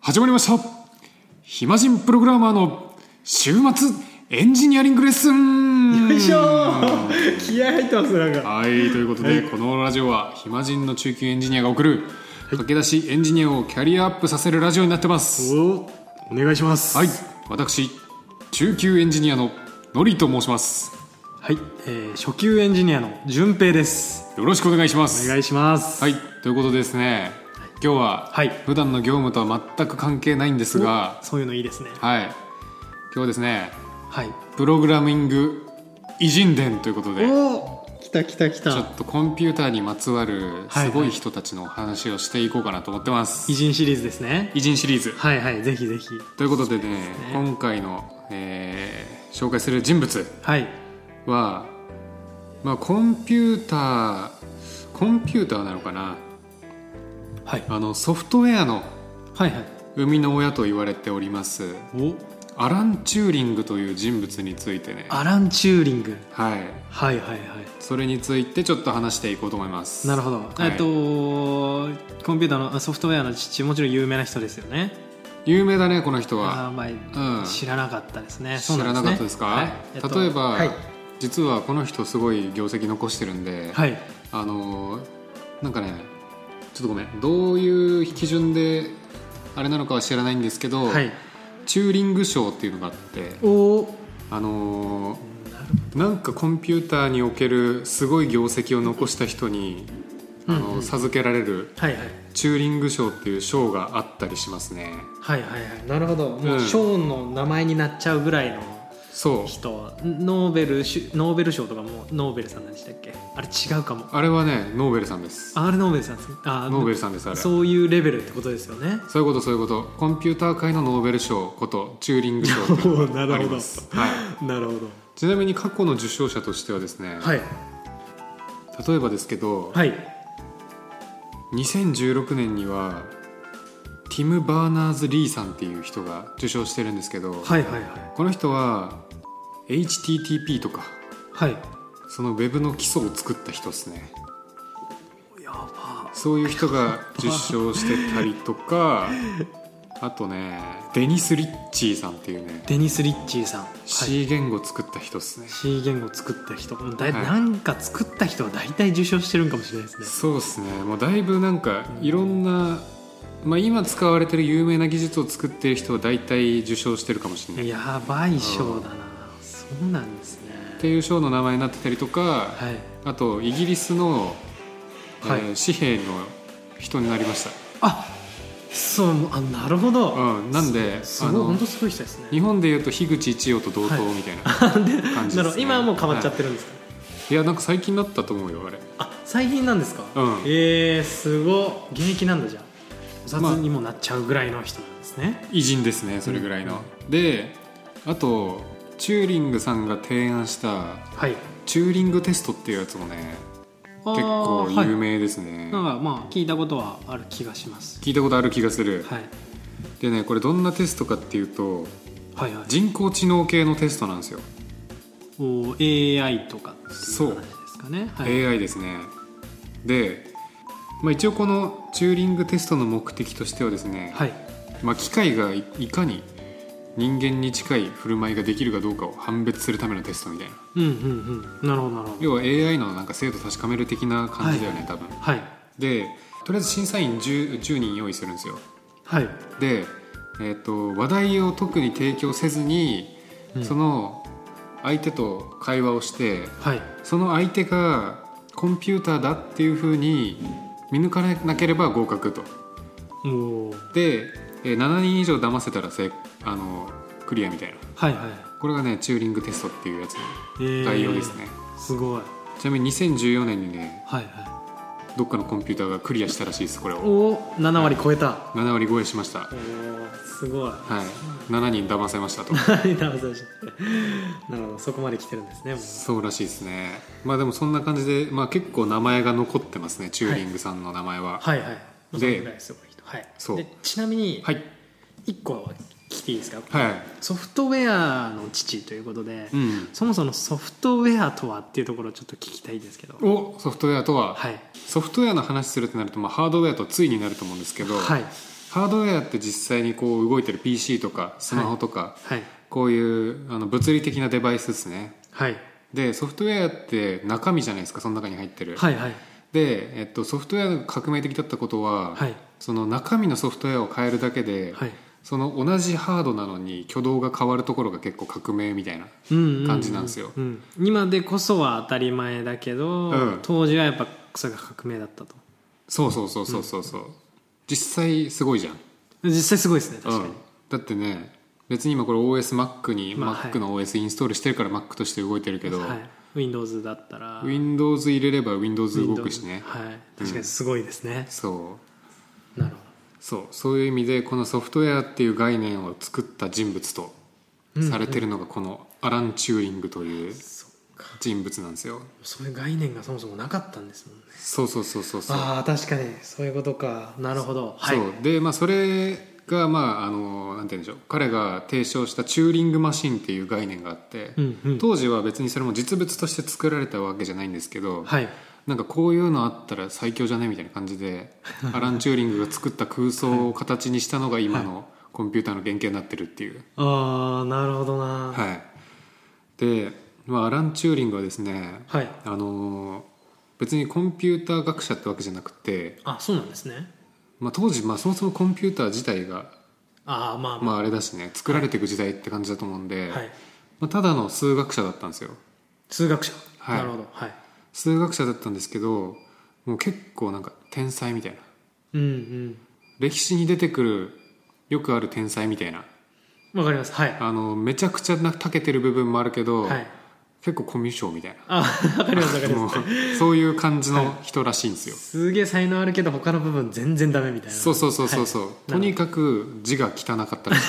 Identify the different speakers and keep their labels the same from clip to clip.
Speaker 1: 始まりました暇人プログラマーの週末エンジニアリングレッスン
Speaker 2: よいしょー気合入ってますなんか
Speaker 1: はいということで、このラジオは暇人の中級エンジニアが送る、駆け出しエンジニアをキャリアアップさせるラジオになってます
Speaker 2: おお願いします
Speaker 1: はい私中級エンジニアののりと申します
Speaker 2: はい、えー初級エンジニアの順平です
Speaker 1: よろしくお願いしま
Speaker 2: お
Speaker 1: す
Speaker 2: 願いします
Speaker 1: はいということでですね今日は、
Speaker 2: はい
Speaker 1: 普段の業務とは全く関係ないんですが
Speaker 2: そういうのいいですね
Speaker 1: はい今日はですね
Speaker 2: はい
Speaker 1: プログラミング偉人伝ということで
Speaker 2: おお来た来た来
Speaker 1: ちょ
Speaker 2: た
Speaker 1: っとコンピューターにまつわる
Speaker 2: はい
Speaker 1: すごい人たちのお話をしていこうかなと思ってます、
Speaker 2: 偉人シリーズですね
Speaker 1: 偉人シリーズ
Speaker 2: はいはいぜひぜひ
Speaker 1: ということでね今回の、えー紹介する人物
Speaker 2: はい
Speaker 1: は、まあ、コンピューターコンピューターなのかな
Speaker 2: はい
Speaker 1: あのソフトウェアの
Speaker 2: はいはい
Speaker 1: 生みの親と言われております
Speaker 2: お
Speaker 1: アラン・チューリングという人物についてね
Speaker 2: アラン・チューリング
Speaker 1: はい
Speaker 2: はいはいは
Speaker 1: それについてちょっと話していこうと思います
Speaker 2: いなるほど、
Speaker 1: はい
Speaker 2: えっとコンピューターのあソフトウェアの父もちろん有名な人ですよね
Speaker 1: 有名だねこの人は
Speaker 2: あーま
Speaker 1: うん
Speaker 2: あ知らなかったですね、そ
Speaker 1: 知
Speaker 2: う
Speaker 1: ら
Speaker 2: ん
Speaker 1: なかったですか、
Speaker 2: はいえっと
Speaker 1: 例えば、
Speaker 2: はい
Speaker 1: 実はこの人すごい業績残してるんで、
Speaker 2: はい
Speaker 1: あのーなんかねちょっとごめんどういう基準であれなのかは知らないんですけど、
Speaker 2: はい、
Speaker 1: チューリング賞っていうのがあって
Speaker 2: おー
Speaker 1: あのーなんかコンピューターにおけるすごい業績を残した人に、あのー
Speaker 2: うんうん
Speaker 1: 授けられる
Speaker 2: はいはい
Speaker 1: チューリング賞っていう賞があったりしますね
Speaker 2: はいはいはいなるほど
Speaker 1: う
Speaker 2: も
Speaker 1: ん
Speaker 2: う賞の名前になっちゃうぐらいの
Speaker 1: そう
Speaker 2: 人、ノーベルしノーベル賞とかもノーベルさんなんでしたっけあれ違うかも
Speaker 1: あれはねノーベルさんです
Speaker 2: ああれノーベルさんですあ
Speaker 1: ノーベルさんですあれ
Speaker 2: そういうレベルってことですよね
Speaker 1: そういうことそういうことコンピューター界のノーベル賞ことチューリング賞っていうのが
Speaker 2: なるほ ど
Speaker 1: ありますはい、
Speaker 2: なるほど
Speaker 1: ちなみに過去の受賞者としてはですね、
Speaker 2: はい
Speaker 1: 例えばですけど、
Speaker 2: はい
Speaker 1: 2016年にはティム・バーナーズ・リーさんっていう人が受賞してるんですけど、
Speaker 2: はいはいは
Speaker 1: この人は HTTP とか
Speaker 2: いは
Speaker 1: そのウェブの基礎を作った人ですね
Speaker 2: いやば
Speaker 1: そういう人が受賞してたりと かあとねデニス・リッチーさんっていうね
Speaker 2: デニス・リッチーさん、はい、
Speaker 1: C 言語作った人ですね
Speaker 2: C 言語作った人だ、
Speaker 1: い
Speaker 2: なんか作った人は大体受賞してるんかもしれないですね
Speaker 1: そうですねもうだいぶなんかいろんな、まあ、今使われてる有名な技術を作ってる人は大体受賞してるかもしれないっ
Speaker 2: やばい賞だなそうなんですね
Speaker 1: ていう賞の名前になってたりとか、
Speaker 2: はい
Speaker 1: あとイギリスの、えー
Speaker 2: はい
Speaker 1: 紙幣の人になりまし
Speaker 2: あそうもうあなるほど、
Speaker 1: た、うん、なんですあ
Speaker 2: ごい
Speaker 1: の
Speaker 2: 本当すごい人ですね
Speaker 1: 日本でいうと樋口一葉と同等みたいな感じです、ね
Speaker 2: なるほど今はもう変わっちゃっ
Speaker 1: は
Speaker 2: てるんですか、
Speaker 1: い、いやなんか最近だったと思うよあれ
Speaker 2: あ最近なんですか、
Speaker 1: うん
Speaker 2: えー、すごい現役なんだじゃあお札にもなっちゃうぐらいの人なんですね、
Speaker 1: 偉人ですねそれぐらいの、であとチューリングさんが提案した
Speaker 2: はい
Speaker 1: チューリングテストっていうやつもね
Speaker 2: 結
Speaker 1: 結構有名ですね、
Speaker 2: なんかまあ聞いたことはある気がします
Speaker 1: 聞いたことある気がする、
Speaker 2: はい
Speaker 1: でねこれどんなテストかっていうと
Speaker 2: はいはい
Speaker 1: 人工知能系のテストなんですよ、
Speaker 2: お AI とかっていう
Speaker 1: そう
Speaker 2: 話ですかねはい、
Speaker 1: AI ですねで、まあ、一応このチューリングテストの目的としてはですね、
Speaker 2: はい、
Speaker 1: まあ、機械がいいかに人間に近い振る舞いができるかどうかを判別するためのテストみたいな
Speaker 2: うんうんうんなるほどなるほど
Speaker 1: 要は AI のなんか精度確かめる的な感じだよね、多分
Speaker 2: はい
Speaker 1: でとりあえず審査員 10, 10人用意するんですよ
Speaker 2: はい
Speaker 1: で、えー、と話題を特に提供せずに、
Speaker 2: うん
Speaker 1: その相手と会話をして
Speaker 2: はい
Speaker 1: その相手がコンピューターだっていうふうに見抜かれなければ合格と
Speaker 2: おお
Speaker 1: で、えー7人以上騙せたらせあのクリアみたいな
Speaker 2: はいはい
Speaker 1: これがねチューリングテストっていうやつの
Speaker 2: えー
Speaker 1: 概要ですね、
Speaker 2: すごい
Speaker 1: ちなみに2014年にね
Speaker 2: はいは
Speaker 1: どっかのコンピューターがクリアしたらしいですこれ
Speaker 2: い
Speaker 1: を
Speaker 2: おお7割超えた
Speaker 1: 7割超えしましたは
Speaker 2: おおすごい
Speaker 1: い7人騙せましたと
Speaker 2: はい騙されちゃったなるほどそこまで来てるんですねもう
Speaker 1: そうらしいですねまあでもそんな感じで、まあ、結構名前が残ってますねチューリングさんの名前は
Speaker 2: はいはい
Speaker 1: で
Speaker 2: そのぐらいすごい人はい
Speaker 1: そう
Speaker 2: でちなみに
Speaker 1: はい
Speaker 2: 1個聞いていいですか、
Speaker 1: はい、
Speaker 2: ソフトウェアの父ということで、
Speaker 1: うん
Speaker 2: そもそもソフトウェアとはっていうところをちょっと聞きたいですけど
Speaker 1: おソフトウェアとは、
Speaker 2: はい
Speaker 1: ソフトウェアの話するとなると、まあ、ハードウェアとついになると思うんですけど、
Speaker 2: はい
Speaker 1: ハードウェアって実際にこう動いてる PC とかスマホとか、
Speaker 2: はい
Speaker 1: こういうあの物理的なデバイスですね
Speaker 2: はい
Speaker 1: でソフトウェアって中身じゃないですかその中に入ってる、
Speaker 2: はいはい
Speaker 1: で、えっと、ソフトウェアが革命的だったことは、
Speaker 2: はい
Speaker 1: その中身のソフトウェアを変えるだけで、
Speaker 2: はい
Speaker 1: その同じハードなのに挙動が変わるところが結構革命みたいな感
Speaker 2: 感
Speaker 1: じなんですよ
Speaker 2: うん、今でこそは当たり前だけど、
Speaker 1: うん
Speaker 2: 当時はやっぱそれが革命だったと
Speaker 1: そうそうそうそうそうそう実際すごいじゃん、
Speaker 2: 実際すごいですね確か
Speaker 1: うん、だってね別に今これ OSMac に
Speaker 2: まあはい
Speaker 1: Mac の OS インストールしてるから Mac として動いてるけど、
Speaker 2: に、はい、Windows だったら
Speaker 1: Windows 入れれば Windows 動くしね
Speaker 2: Windows はい確かにすごいですね、
Speaker 1: そう
Speaker 2: なるほ
Speaker 1: そうそういう意味でこのソフトウェアっていう概念を作った人物と
Speaker 2: うん
Speaker 1: されてるのがこのアラン・チューリングという
Speaker 2: どそっか
Speaker 1: 人物なんですよ、
Speaker 2: そういう概念がそもそもなかったんですもんね
Speaker 1: そうそうそうそうそう
Speaker 2: ああ確かにそういうことかなるほどはい
Speaker 1: そうでまあそれがまああのなんて言うんでしょう彼が提唱したチューリングマシンっていう概念があって、
Speaker 2: うんうん
Speaker 1: 当時は別にそれも実物として作られたわけじゃないんですけど、
Speaker 2: はい
Speaker 1: なんかこういうのあったら最強じゃねみたいな感じ でアラン・チューリングが作った空想を形にしたのが今のコンピューターの原型になってるっていう
Speaker 2: ああなるほどなは
Speaker 1: はい、で、まあ、アラン・チューリングはですね、
Speaker 2: い、
Speaker 1: あのー別にコンピューター学者ってわけじゃなくて、
Speaker 2: あそうなんですね
Speaker 1: まあ、当時、まあ、そもそもコンピューター自体が、
Speaker 2: ああまあま
Speaker 1: まあ、あれだしね作られていく時代って感じだと思うん
Speaker 2: あ
Speaker 1: で、
Speaker 2: はい
Speaker 1: まあ、ただの数学者だったんですよ
Speaker 2: 数学者、
Speaker 1: はい
Speaker 2: なるほどはい
Speaker 1: 数学者だったんですけどもう結構なんか天才みたいな
Speaker 2: うんうん
Speaker 1: 歴史に出てくるよくある天才みたいな
Speaker 2: わかりますはい
Speaker 1: あのめちゃくちゃな長けてる部分もあるけど、
Speaker 2: はい
Speaker 1: 結構コミュ障みたいな
Speaker 2: あわかりますわかり
Speaker 1: も
Speaker 2: ま
Speaker 1: うそういう感じの人らしいんですよ
Speaker 2: すすげえ才能あるけど他の部分全然ダメみたいな
Speaker 1: そうそうそうそうそう、
Speaker 2: い
Speaker 1: とにかく字が汚かったらし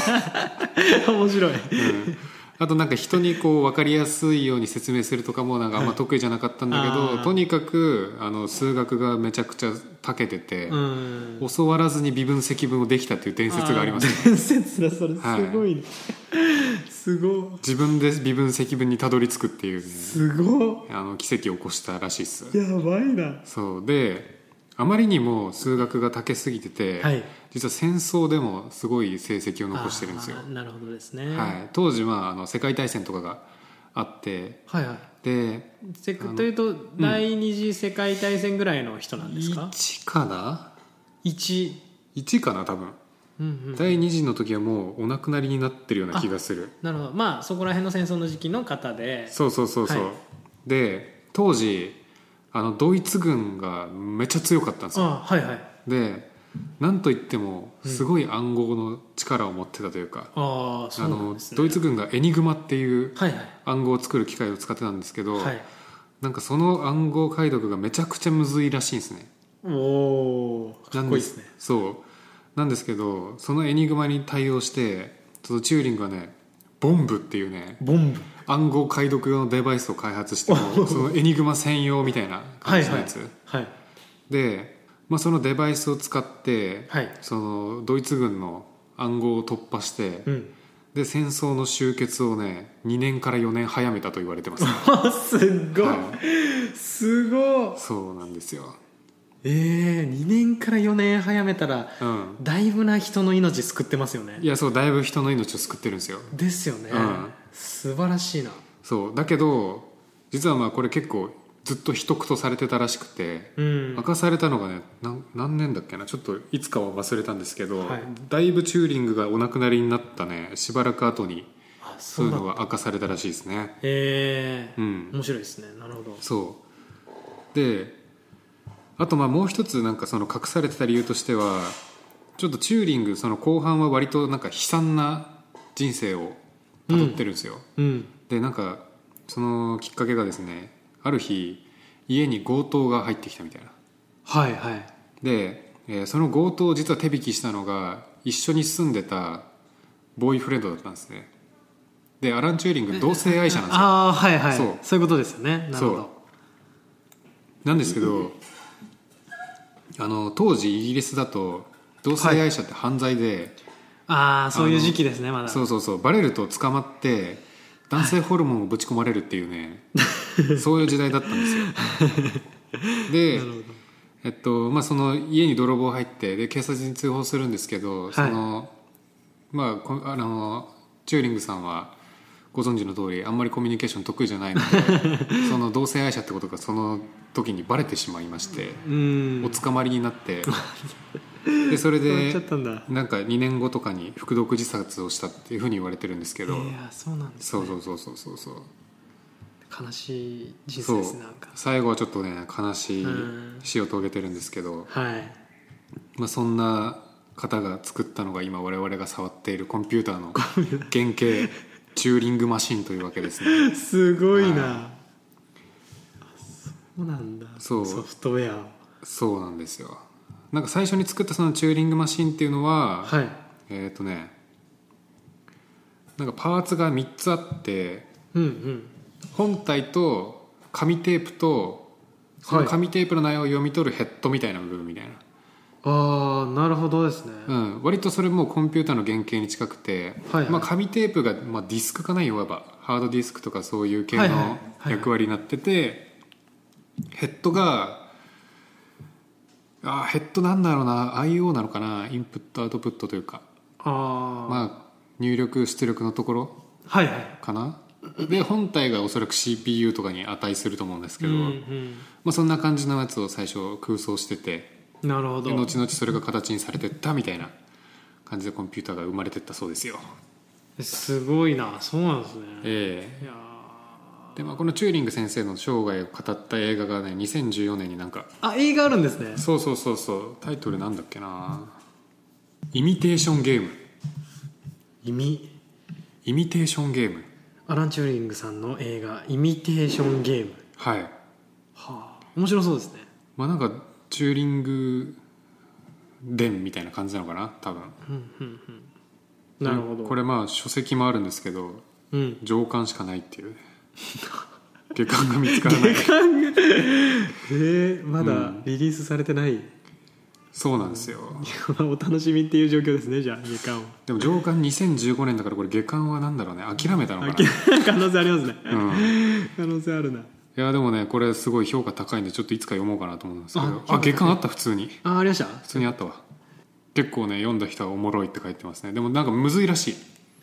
Speaker 2: 面白い
Speaker 1: い、うんあとなんか人にこう分かりやすいように説明するとかもなんかあんま得意じゃなかったんだけど、
Speaker 2: あー
Speaker 1: とにかくあの数学がめちゃくちゃ長けてて、
Speaker 2: うん
Speaker 1: 教わらずに微分積分をできたっていう伝説があります
Speaker 2: ー伝説だそれすごいね、すごい
Speaker 1: 自分で微分積分にたどり着くっていうね、
Speaker 2: すご
Speaker 1: あの奇跡を起こしたらしいっす
Speaker 2: いやばいな
Speaker 1: そうであまりにも数学が高すぎてて、
Speaker 2: はい
Speaker 1: 実は戦争でもすごい成績を残してるんですよ
Speaker 2: あーなるほどですね、
Speaker 1: はい、当時、まあ、あの世界大戦とかがあって
Speaker 2: はいはい
Speaker 1: で
Speaker 2: せというと第二次世界大戦ぐらいの人なんですか、
Speaker 1: 1かな
Speaker 2: 一
Speaker 1: 1かな多分、
Speaker 2: うんうん
Speaker 1: 第2次の時はもうお亡くなりになってるような気がする
Speaker 2: なるほどまあそこら辺の戦争の時期の方で
Speaker 1: そうそうそうそう、
Speaker 2: はい
Speaker 1: で当時あのドイツ軍がめっちゃ強かったんですよ
Speaker 2: あはいはい
Speaker 1: でなんといってもすごい暗号の力を持ってたというか、
Speaker 2: ああそ
Speaker 1: あ
Speaker 2: うな
Speaker 1: の
Speaker 2: んですね
Speaker 1: ドイツ軍がエニグマっていう
Speaker 2: はいはい
Speaker 1: 暗号を作る機械を使ってたんですけど、
Speaker 2: はい
Speaker 1: なんかその暗号解読がめちゃくちゃむずいらしいんですね
Speaker 2: おおかっこいいですね
Speaker 1: なんでそうなんですけどそのエニグマに対応してそのチューリングはねボンブっていうね
Speaker 2: ボンブ
Speaker 1: 暗号解読用のデバイスを開発してもそのエニグマ専用みたいな
Speaker 2: は
Speaker 1: 感
Speaker 2: い
Speaker 1: じの
Speaker 2: はい
Speaker 1: やつ、
Speaker 2: はい
Speaker 1: で、まあ、そのデバイスを使って、
Speaker 2: はい
Speaker 1: そのドイツ軍の暗号を突破して、
Speaker 2: うん
Speaker 1: で戦争の終結をね2年から4年早めたと言われてます
Speaker 2: あすっごい、
Speaker 1: は
Speaker 2: すごい
Speaker 1: そうなんですよ
Speaker 2: ええー、2年から4年早めたら
Speaker 1: うん
Speaker 2: だいぶな人の命救ってますよね
Speaker 1: いやそうだいぶ人の命を救ってるんですよ
Speaker 2: ですよね、
Speaker 1: うん
Speaker 2: 素晴らしいな
Speaker 1: そうだけど実はまあこれ結構ずっと秘匿とされてたらしくて、
Speaker 2: うん
Speaker 1: 明かされたのがねなん何年だっけなちょっといつかは忘れたんですけど、
Speaker 2: はい
Speaker 1: だいぶチューリングがお亡くなりになったねしばらく後に
Speaker 2: あ
Speaker 1: そ
Speaker 2: そう
Speaker 1: いうう
Speaker 2: だ
Speaker 1: のが明かされたらしいですね
Speaker 2: ええ
Speaker 1: う
Speaker 2: ー
Speaker 1: ん
Speaker 2: 面白いですねなるほど
Speaker 1: そうであとまあもう一つなんかその隠されてた理由としてはちょっとチューリングその後半は割となんか悲惨な人生をたどってるんですよ、
Speaker 2: うん
Speaker 1: でなんかそのきっかけがですねある日家に強盗が入ってきたみたいな
Speaker 2: はいはい
Speaker 1: で、えーその強盗を実は手引きしたのが一緒に住んでたボーイフレンドだったんですねでアラン・チューリング同性愛者なんですよ
Speaker 2: ああはいはい
Speaker 1: そう
Speaker 2: そういうことですよねなるほど
Speaker 1: なんですけどあの当時イギリスだと同性愛者って犯罪で、
Speaker 2: ああそういう時期ですねまだ
Speaker 1: そうそうそうバレると捕まって男性ホルモンをぶち込まれるっていうねそういう時代だったんですよで、えっとまあ、その家に泥棒入ってで警察に通報するんですけど、そのまあ、こあのチューリングさんはご存知の通りあんまりコミュニケーション得意じゃないの でその同性愛者ってことがその時にバレてしまいまして、
Speaker 2: うん
Speaker 1: お捕まりになって でそれ
Speaker 2: やっ
Speaker 1: で
Speaker 2: ちゃったんだいや
Speaker 1: なんか2年後とかに服毒自殺をしたっていうふうに言われてるんですけど、
Speaker 2: ーそうなんです、
Speaker 1: そ
Speaker 2: ね、
Speaker 1: うそうそうそうそうそう
Speaker 2: 悲しい人生
Speaker 1: そ
Speaker 2: で
Speaker 1: う
Speaker 2: すねなんか
Speaker 1: 最後はちょっとね悲しい
Speaker 2: うん
Speaker 1: 死を遂げてるんですけど、
Speaker 2: はい
Speaker 1: まあ、そんな方が作ったのが今我々が触っているコンピューターの原型チューリングマシンというわけですね
Speaker 2: すごいな、
Speaker 1: はい
Speaker 2: あそうなんだ
Speaker 1: そう
Speaker 2: ソフトウェアを
Speaker 1: そうなんですよなんか最初に作ったそのチューリングマシンっていうのは、
Speaker 2: はい
Speaker 1: えっ、とねなんかパーツが3つあって
Speaker 2: うんうん
Speaker 1: 本体と紙テープとその紙テープの内容を読み取るヘッドみたいな部分みたいな、
Speaker 2: ああなるほどですね、
Speaker 1: うん、割とそれもコンピューターの原型に近くて、
Speaker 2: はいはい
Speaker 1: まあ、紙テープが、まあ、ディスクかないわばハードディスクとかそういう系
Speaker 2: はいはいはい
Speaker 1: の
Speaker 2: はい
Speaker 1: 役割になっててヘッドがあーヘッドなんだろうな IO なのかなインプットアウトプットというか、
Speaker 2: ああ、
Speaker 1: まあ、入力出力のところ
Speaker 2: はいはい
Speaker 1: かなで本体がおそらく CPU とかに値すると思うんですけど、
Speaker 2: うん
Speaker 1: まあ、そんな感じのやつを最初空想してて
Speaker 2: うん、なるほ
Speaker 1: で
Speaker 2: ど
Speaker 1: 後々それが形にされてったみたいな感じでコンピューターが生まれてったそうですよ
Speaker 2: すごいなそうなんですね
Speaker 1: ええ
Speaker 2: いやー
Speaker 1: でまあこのチューリング先生の生涯を語った映画がね2014年になんか
Speaker 2: あ映画あるんですね
Speaker 1: そうそうそうそうタイトルなんだっけなイミテーションゲーム
Speaker 2: 意味
Speaker 1: イミテーションゲーム
Speaker 2: アラン・チューリングさんの映画「イミテーション・ゲーム
Speaker 1: はい」
Speaker 2: はあ面白そうですね
Speaker 1: まあなんかチューリング伝みたいな感じなのかな多分
Speaker 2: うんうんうんなるほど
Speaker 1: これまあ書籍もあるんですけど
Speaker 2: うん
Speaker 1: 上巻しかないっていうね下巻が見つからない
Speaker 2: えー、まだリリースされてない、
Speaker 1: そうなんですよ
Speaker 2: お楽しみっていう状況ですねじゃあ時間を
Speaker 1: でも上巻2015年だからこれ下巻はなんだろうね諦めたのかな、
Speaker 2: 可能性ありますね
Speaker 1: うん、い
Speaker 2: 可能性あるな
Speaker 1: やでもねこれすごい評価高いんでちょっといつか読もうかなと思うんですけど
Speaker 2: あ
Speaker 1: あ下巻あった普通に
Speaker 2: あありました
Speaker 1: 普通にあったわ結構ね読んだ人はおもろいって書いてますねでもなんかむずいらしい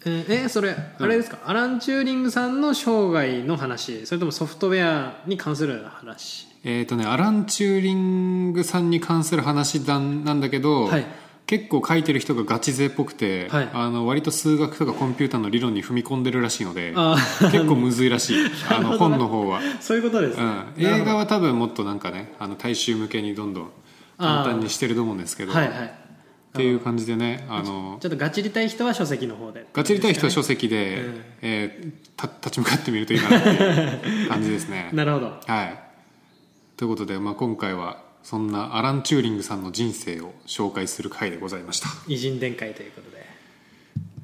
Speaker 2: えーえーそれあれですか、アラン・チューリングさんの生涯の話それともソフトウェアに関する話
Speaker 1: えっ、とねアラン・チューリングさんに関する話だんなんだけど、
Speaker 2: はい
Speaker 1: 結構書いてる人がガチ勢っぽくて、
Speaker 2: はい
Speaker 1: あの割と数学とかコンピューターの理論に踏み込んでるらしいので
Speaker 2: あ
Speaker 1: 結構むずいら しいあの本の方は、
Speaker 2: あそういうことです
Speaker 1: う
Speaker 2: ね、
Speaker 1: ん、
Speaker 2: なる
Speaker 1: 映
Speaker 2: ほど
Speaker 1: 画は多分もっとなんかねあの大衆向けにどんどん簡単にしてると思うんですけど、
Speaker 2: はい
Speaker 1: っ
Speaker 2: はい
Speaker 1: ていう感じでねあの
Speaker 2: ちょっとガチりたい人は書籍の方で
Speaker 1: ガチりたい人は書籍で、
Speaker 2: うん
Speaker 1: えーた立ち向かってみるといいかなっていう感じです ね
Speaker 2: なるほど
Speaker 1: はい。ということで、まあ、今回はそんなアラン・チューリングさんの人生を紹介する回でございました。
Speaker 2: 偉人伝会ということで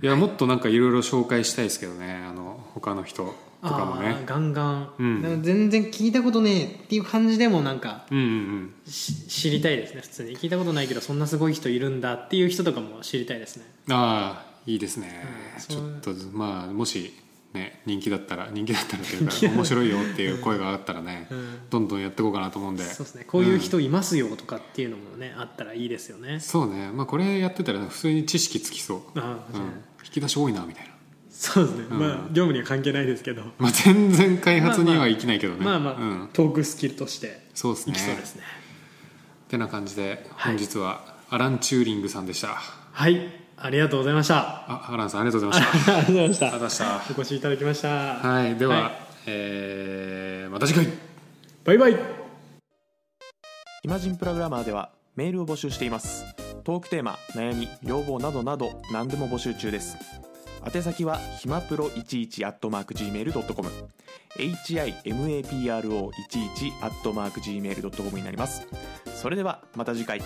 Speaker 1: いや、もっとなんかいろいろ紹介したいですけどね、あの他の人とかも
Speaker 2: あー
Speaker 1: ね。
Speaker 2: ガンガン、
Speaker 1: うん
Speaker 2: なんか全然聞いたことねえっていう感じでもなんか
Speaker 1: うんうん
Speaker 2: し知りたいですね普通に聞いたことないけどそんなすごい人いるんだっていう人とかも知りたいですね
Speaker 1: うん。ああ、いいですね。
Speaker 2: うん
Speaker 1: ち
Speaker 2: そ
Speaker 1: ょ
Speaker 2: う
Speaker 1: っと、まあ、もし、ね、人気だったら人気だったらというか面白いよっていう声があったらね、
Speaker 2: うん
Speaker 1: どんどんやっていこうかなと思うんで
Speaker 2: そうですねこういう人いますよとかっていうのもねあったらいいですよね
Speaker 1: そうね、まあ、これやってたら普通に知識つきそう、
Speaker 2: あー
Speaker 1: うん、引き出し多いなみたいな、
Speaker 2: そうですね、
Speaker 1: ん
Speaker 2: まあ業務には関係ないですけど、
Speaker 1: まあ、全然開発には生きないけどね、
Speaker 2: まあまあ、
Speaker 1: うん、
Speaker 2: トークスキルとして
Speaker 1: そうです
Speaker 2: い
Speaker 1: ね
Speaker 2: きそうですね
Speaker 1: てな感じで
Speaker 2: はい
Speaker 1: 本日はアラン・チューリングさんでした、
Speaker 2: はいありがとうございました
Speaker 1: あアランさんありがとうございまし
Speaker 2: ありがとうございました
Speaker 1: ありがとうございまし
Speaker 2: お越しいただきました
Speaker 1: たはいでは、
Speaker 2: はい
Speaker 1: えーまた次回
Speaker 2: バイバイ
Speaker 3: イマジンプログラマーではメールを募集していますトークテーマ悩み要望などなど何でも募集中です宛先はひまプロ11 at mark gmail.com himapro11 at mark gmail.com になりますそれではまた次回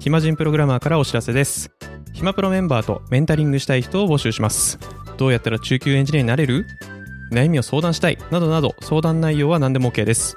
Speaker 4: 暇人プログラマーからお知らせです暇プロメンバーとメンタリングしたい人を募集しますどうやったら中級エンジニアになれる悩みを相談したいなどなど相談内容は何でも OK です